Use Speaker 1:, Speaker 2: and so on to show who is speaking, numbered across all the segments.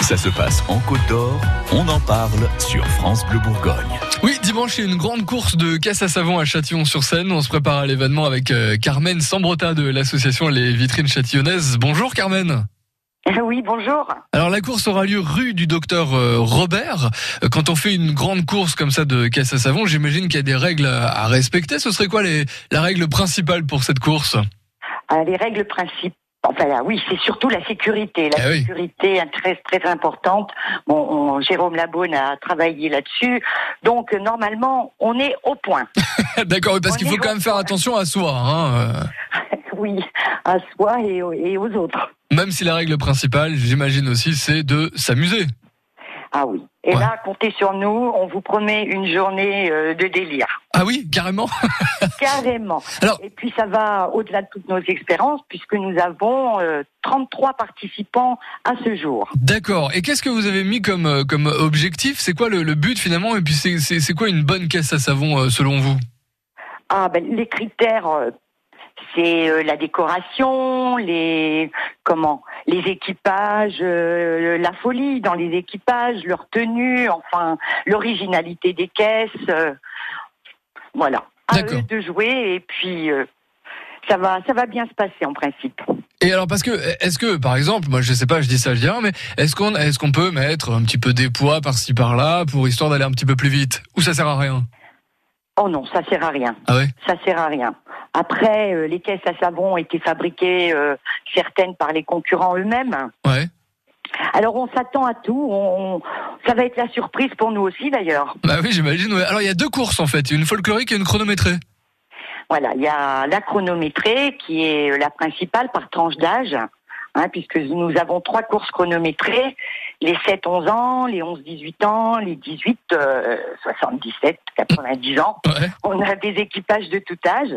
Speaker 1: Ça se passe en Côte d'Or, on en parle sur France Bleu Bourgogne.
Speaker 2: Oui, dimanche, il y a une grande course de caisse à savon à Châtillon-sur-Seine. On se prépare à l'événement avec euh, Carmen Sambrota de l'association Les Vitrines Châtillonnaises. Bonjour Carmen.
Speaker 3: Ah Oui, bonjour.
Speaker 2: Alors la course aura lieu rue du docteur euh, Robert. Euh, Quand on fait une grande course comme ça de caisse à savon, j'imagine qu'il y a des règles à à respecter. Ce serait quoi les, la règle principale pour cette course
Speaker 3: Euh, les règles principales. Enfin, là, oui, c'est surtout la sécurité. La
Speaker 2: Eh oui.
Speaker 3: sécurité est très, très importante. Bon, on- Jérôme Labonne a travaillé là-dessus. Donc, euh, normalement, on est au point.
Speaker 2: D'accord, oui, parce
Speaker 3: On
Speaker 2: qu'il
Speaker 3: y
Speaker 2: faut
Speaker 3: va.
Speaker 2: quand même faire attention à soi. hein, euh.
Speaker 3: Oui, à soi et, au- et aux autres.
Speaker 2: Même si la règle principale, j'imagine aussi, c'est de s'amuser.
Speaker 3: Ah oui. Et
Speaker 2: Ouais.
Speaker 3: là, comptez sur nous. On vous promet une journée euh, de délire.
Speaker 2: Ah oui, carrément.
Speaker 3: Carrément.
Speaker 2: Alors-
Speaker 3: Et puis, ça va au-delà de toutes nos expériences puisque nous avons euh, 33 participants à ce jour.
Speaker 2: D'accord. Et qu'est-ce que vous avez mis comme, euh, comme objectif C'est quoi le, le but finalement Et puis c'est- c'est c'est quoi une bonne caisse à savon euh, selon vous
Speaker 3: Ah ben les critères, euh, c'est euh, la décoration, les comment, les équipages, euh, la folie dans les équipages, leur tenue, enfin l'originalité des caisses, euh, voilà. À
Speaker 2: D'accord.
Speaker 3: eux de jouer et puis euh, ça va, ça va bien se passer en principe.
Speaker 2: Et alors parce que est-ce que par exemple, moi je sais pas, je dis ça, je dis rien, mais est-ce qu'on est-ce qu'on peut mettre un petit peu des poids par-ci par-là pour histoire d'aller un petit peu plus vite Ou ça sert à rien
Speaker 3: Oh non, ça sert à rien.
Speaker 2: Ah ouais.
Speaker 3: ça sert à rien. Après, euh, les caisses à savon ont été fabriquées euh, certaines par les concurrents eux-mêmes.
Speaker 2: Ouais.
Speaker 3: Alors on s'attend à tout. On, on- ça va être la surprise pour nous aussi d'ailleurs.
Speaker 2: Bah oui, j'imagine. ouais. Alors il y a deux courses en fait, une folklorique et une chronométrée.
Speaker 3: Voilà, il y a la chronométrée qui est euh, la principale par tranche d'âge, hein, puisque nous avons trois courses chronométrées les 7-11 ans, les 11-18 ans, les 18 euh, 77 90 ans.
Speaker 2: Ouais.
Speaker 3: On a des équipages de tout âge.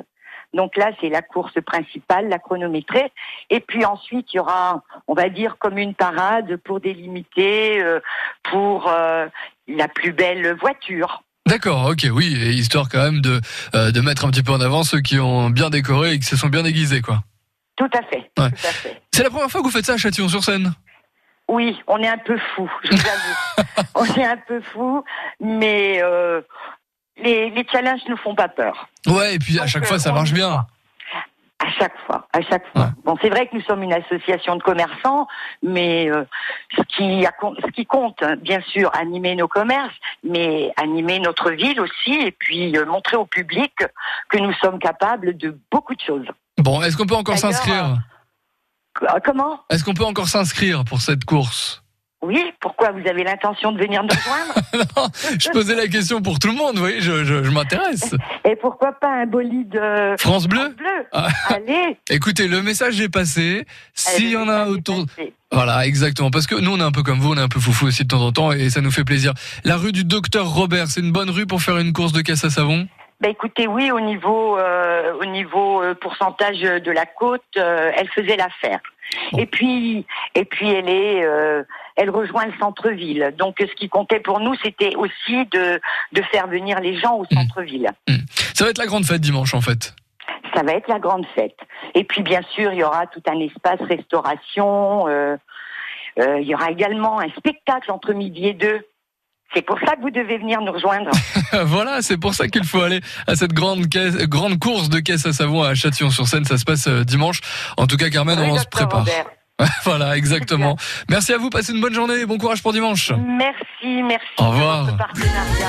Speaker 3: Donc là, c'est la course principale, la chronométrée. Et puis ensuite, il y aura, on va dire, comme une parade pour délimiter, euh, pour euh, la plus belle voiture.
Speaker 2: D'accord, ok, oui, et histoire quand même de, euh, de mettre un petit peu en avant ceux qui ont bien décoré et qui se sont bien déguisés, quoi.
Speaker 3: Tout à fait.
Speaker 2: Ouais.
Speaker 3: Tout à fait.
Speaker 2: C'est la première fois que vous faites ça à Châtillon-sur-Seine
Speaker 3: Oui, on est un peu fou, je vous avoue. on est un peu fou, mais euh, les, les challenges ne font pas peur.
Speaker 2: Ouais, et puis à
Speaker 3: Donc,
Speaker 2: chaque
Speaker 3: euh,
Speaker 2: fois ça
Speaker 3: on
Speaker 2: marche
Speaker 3: y
Speaker 2: bien.
Speaker 3: croit. À chaque fois, à chaque fois.
Speaker 2: Ouais.
Speaker 3: Bon, c'est vrai que nous sommes une association de commerçants, mais euh, ce, qui a- ce qui compte, hein, bien sûr, animer nos commerces, mais animer notre ville aussi, et puis euh, montrer au public que nous sommes capables de beaucoup de choses.
Speaker 2: Bon, est-ce qu'on peut encore
Speaker 3: D'ailleurs, euh,
Speaker 2: s'inscrire
Speaker 3: Qu- euh, Comment
Speaker 2: Est-ce qu'on peut encore s'inscrire pour cette course
Speaker 3: Oui Pourquoi vous avez l'intention de venir nous rejoindre
Speaker 2: Non, Je posais la question pour tout le monde, vous voyez, je, je- je m'intéresse.
Speaker 3: Et pourquoi pas un bolide euh,
Speaker 2: France Bleu
Speaker 3: bleu
Speaker 2: Ah.
Speaker 3: Allez
Speaker 2: Écoutez, le message est passé. S'il
Speaker 3: allez,
Speaker 2: y en a
Speaker 3: allez,
Speaker 2: autour...
Speaker 3: allez.
Speaker 2: Voilà, exactement. Parce que nous, on est un peu comme vous, on est un peu foufou aussi de temps en temps et ça nous fait plaisir. La rue du Docteur Robert, c'est une bonne rue pour faire une course de caisse à savon
Speaker 3: Bah écoutez, oui, au niveau euh, au niveau euh, pourcentage de la côte, euh, elle faisait l'affaire.
Speaker 2: Bon.
Speaker 3: Et puis et puis elle est euh, elle rejoint le centre-ville. Donc ce qui comptait pour nous, c'était aussi de de faire venir les gens au
Speaker 2: Mmh.
Speaker 3: centre-ville.
Speaker 2: Ça va être la grande fête dimanche en fait.
Speaker 3: Ça va être la grande fête. Et puis bien sûr, il y aura tout un espace restauration. euh, euh, il y aura également un spectacle entre midi et deux. C'est pour ça que vous devez venir nous rejoindre.
Speaker 2: voilà, c'est pour ça qu'il faut aller à cette grande, caisse- grande course de caisse à savon à Châtillon-sur-Seine. Ça se passe euh, dimanche. En tout cas, Carmen,
Speaker 3: Oui,
Speaker 2: on se
Speaker 3: docteur
Speaker 2: prépare.
Speaker 3: Robert.
Speaker 2: voilà, exactement. Merci à vous. Passez une bonne journée et bon courage pour dimanche.
Speaker 3: Merci, merci.
Speaker 2: Au
Speaker 3: pour
Speaker 2: revoir.
Speaker 3: votre partenariat.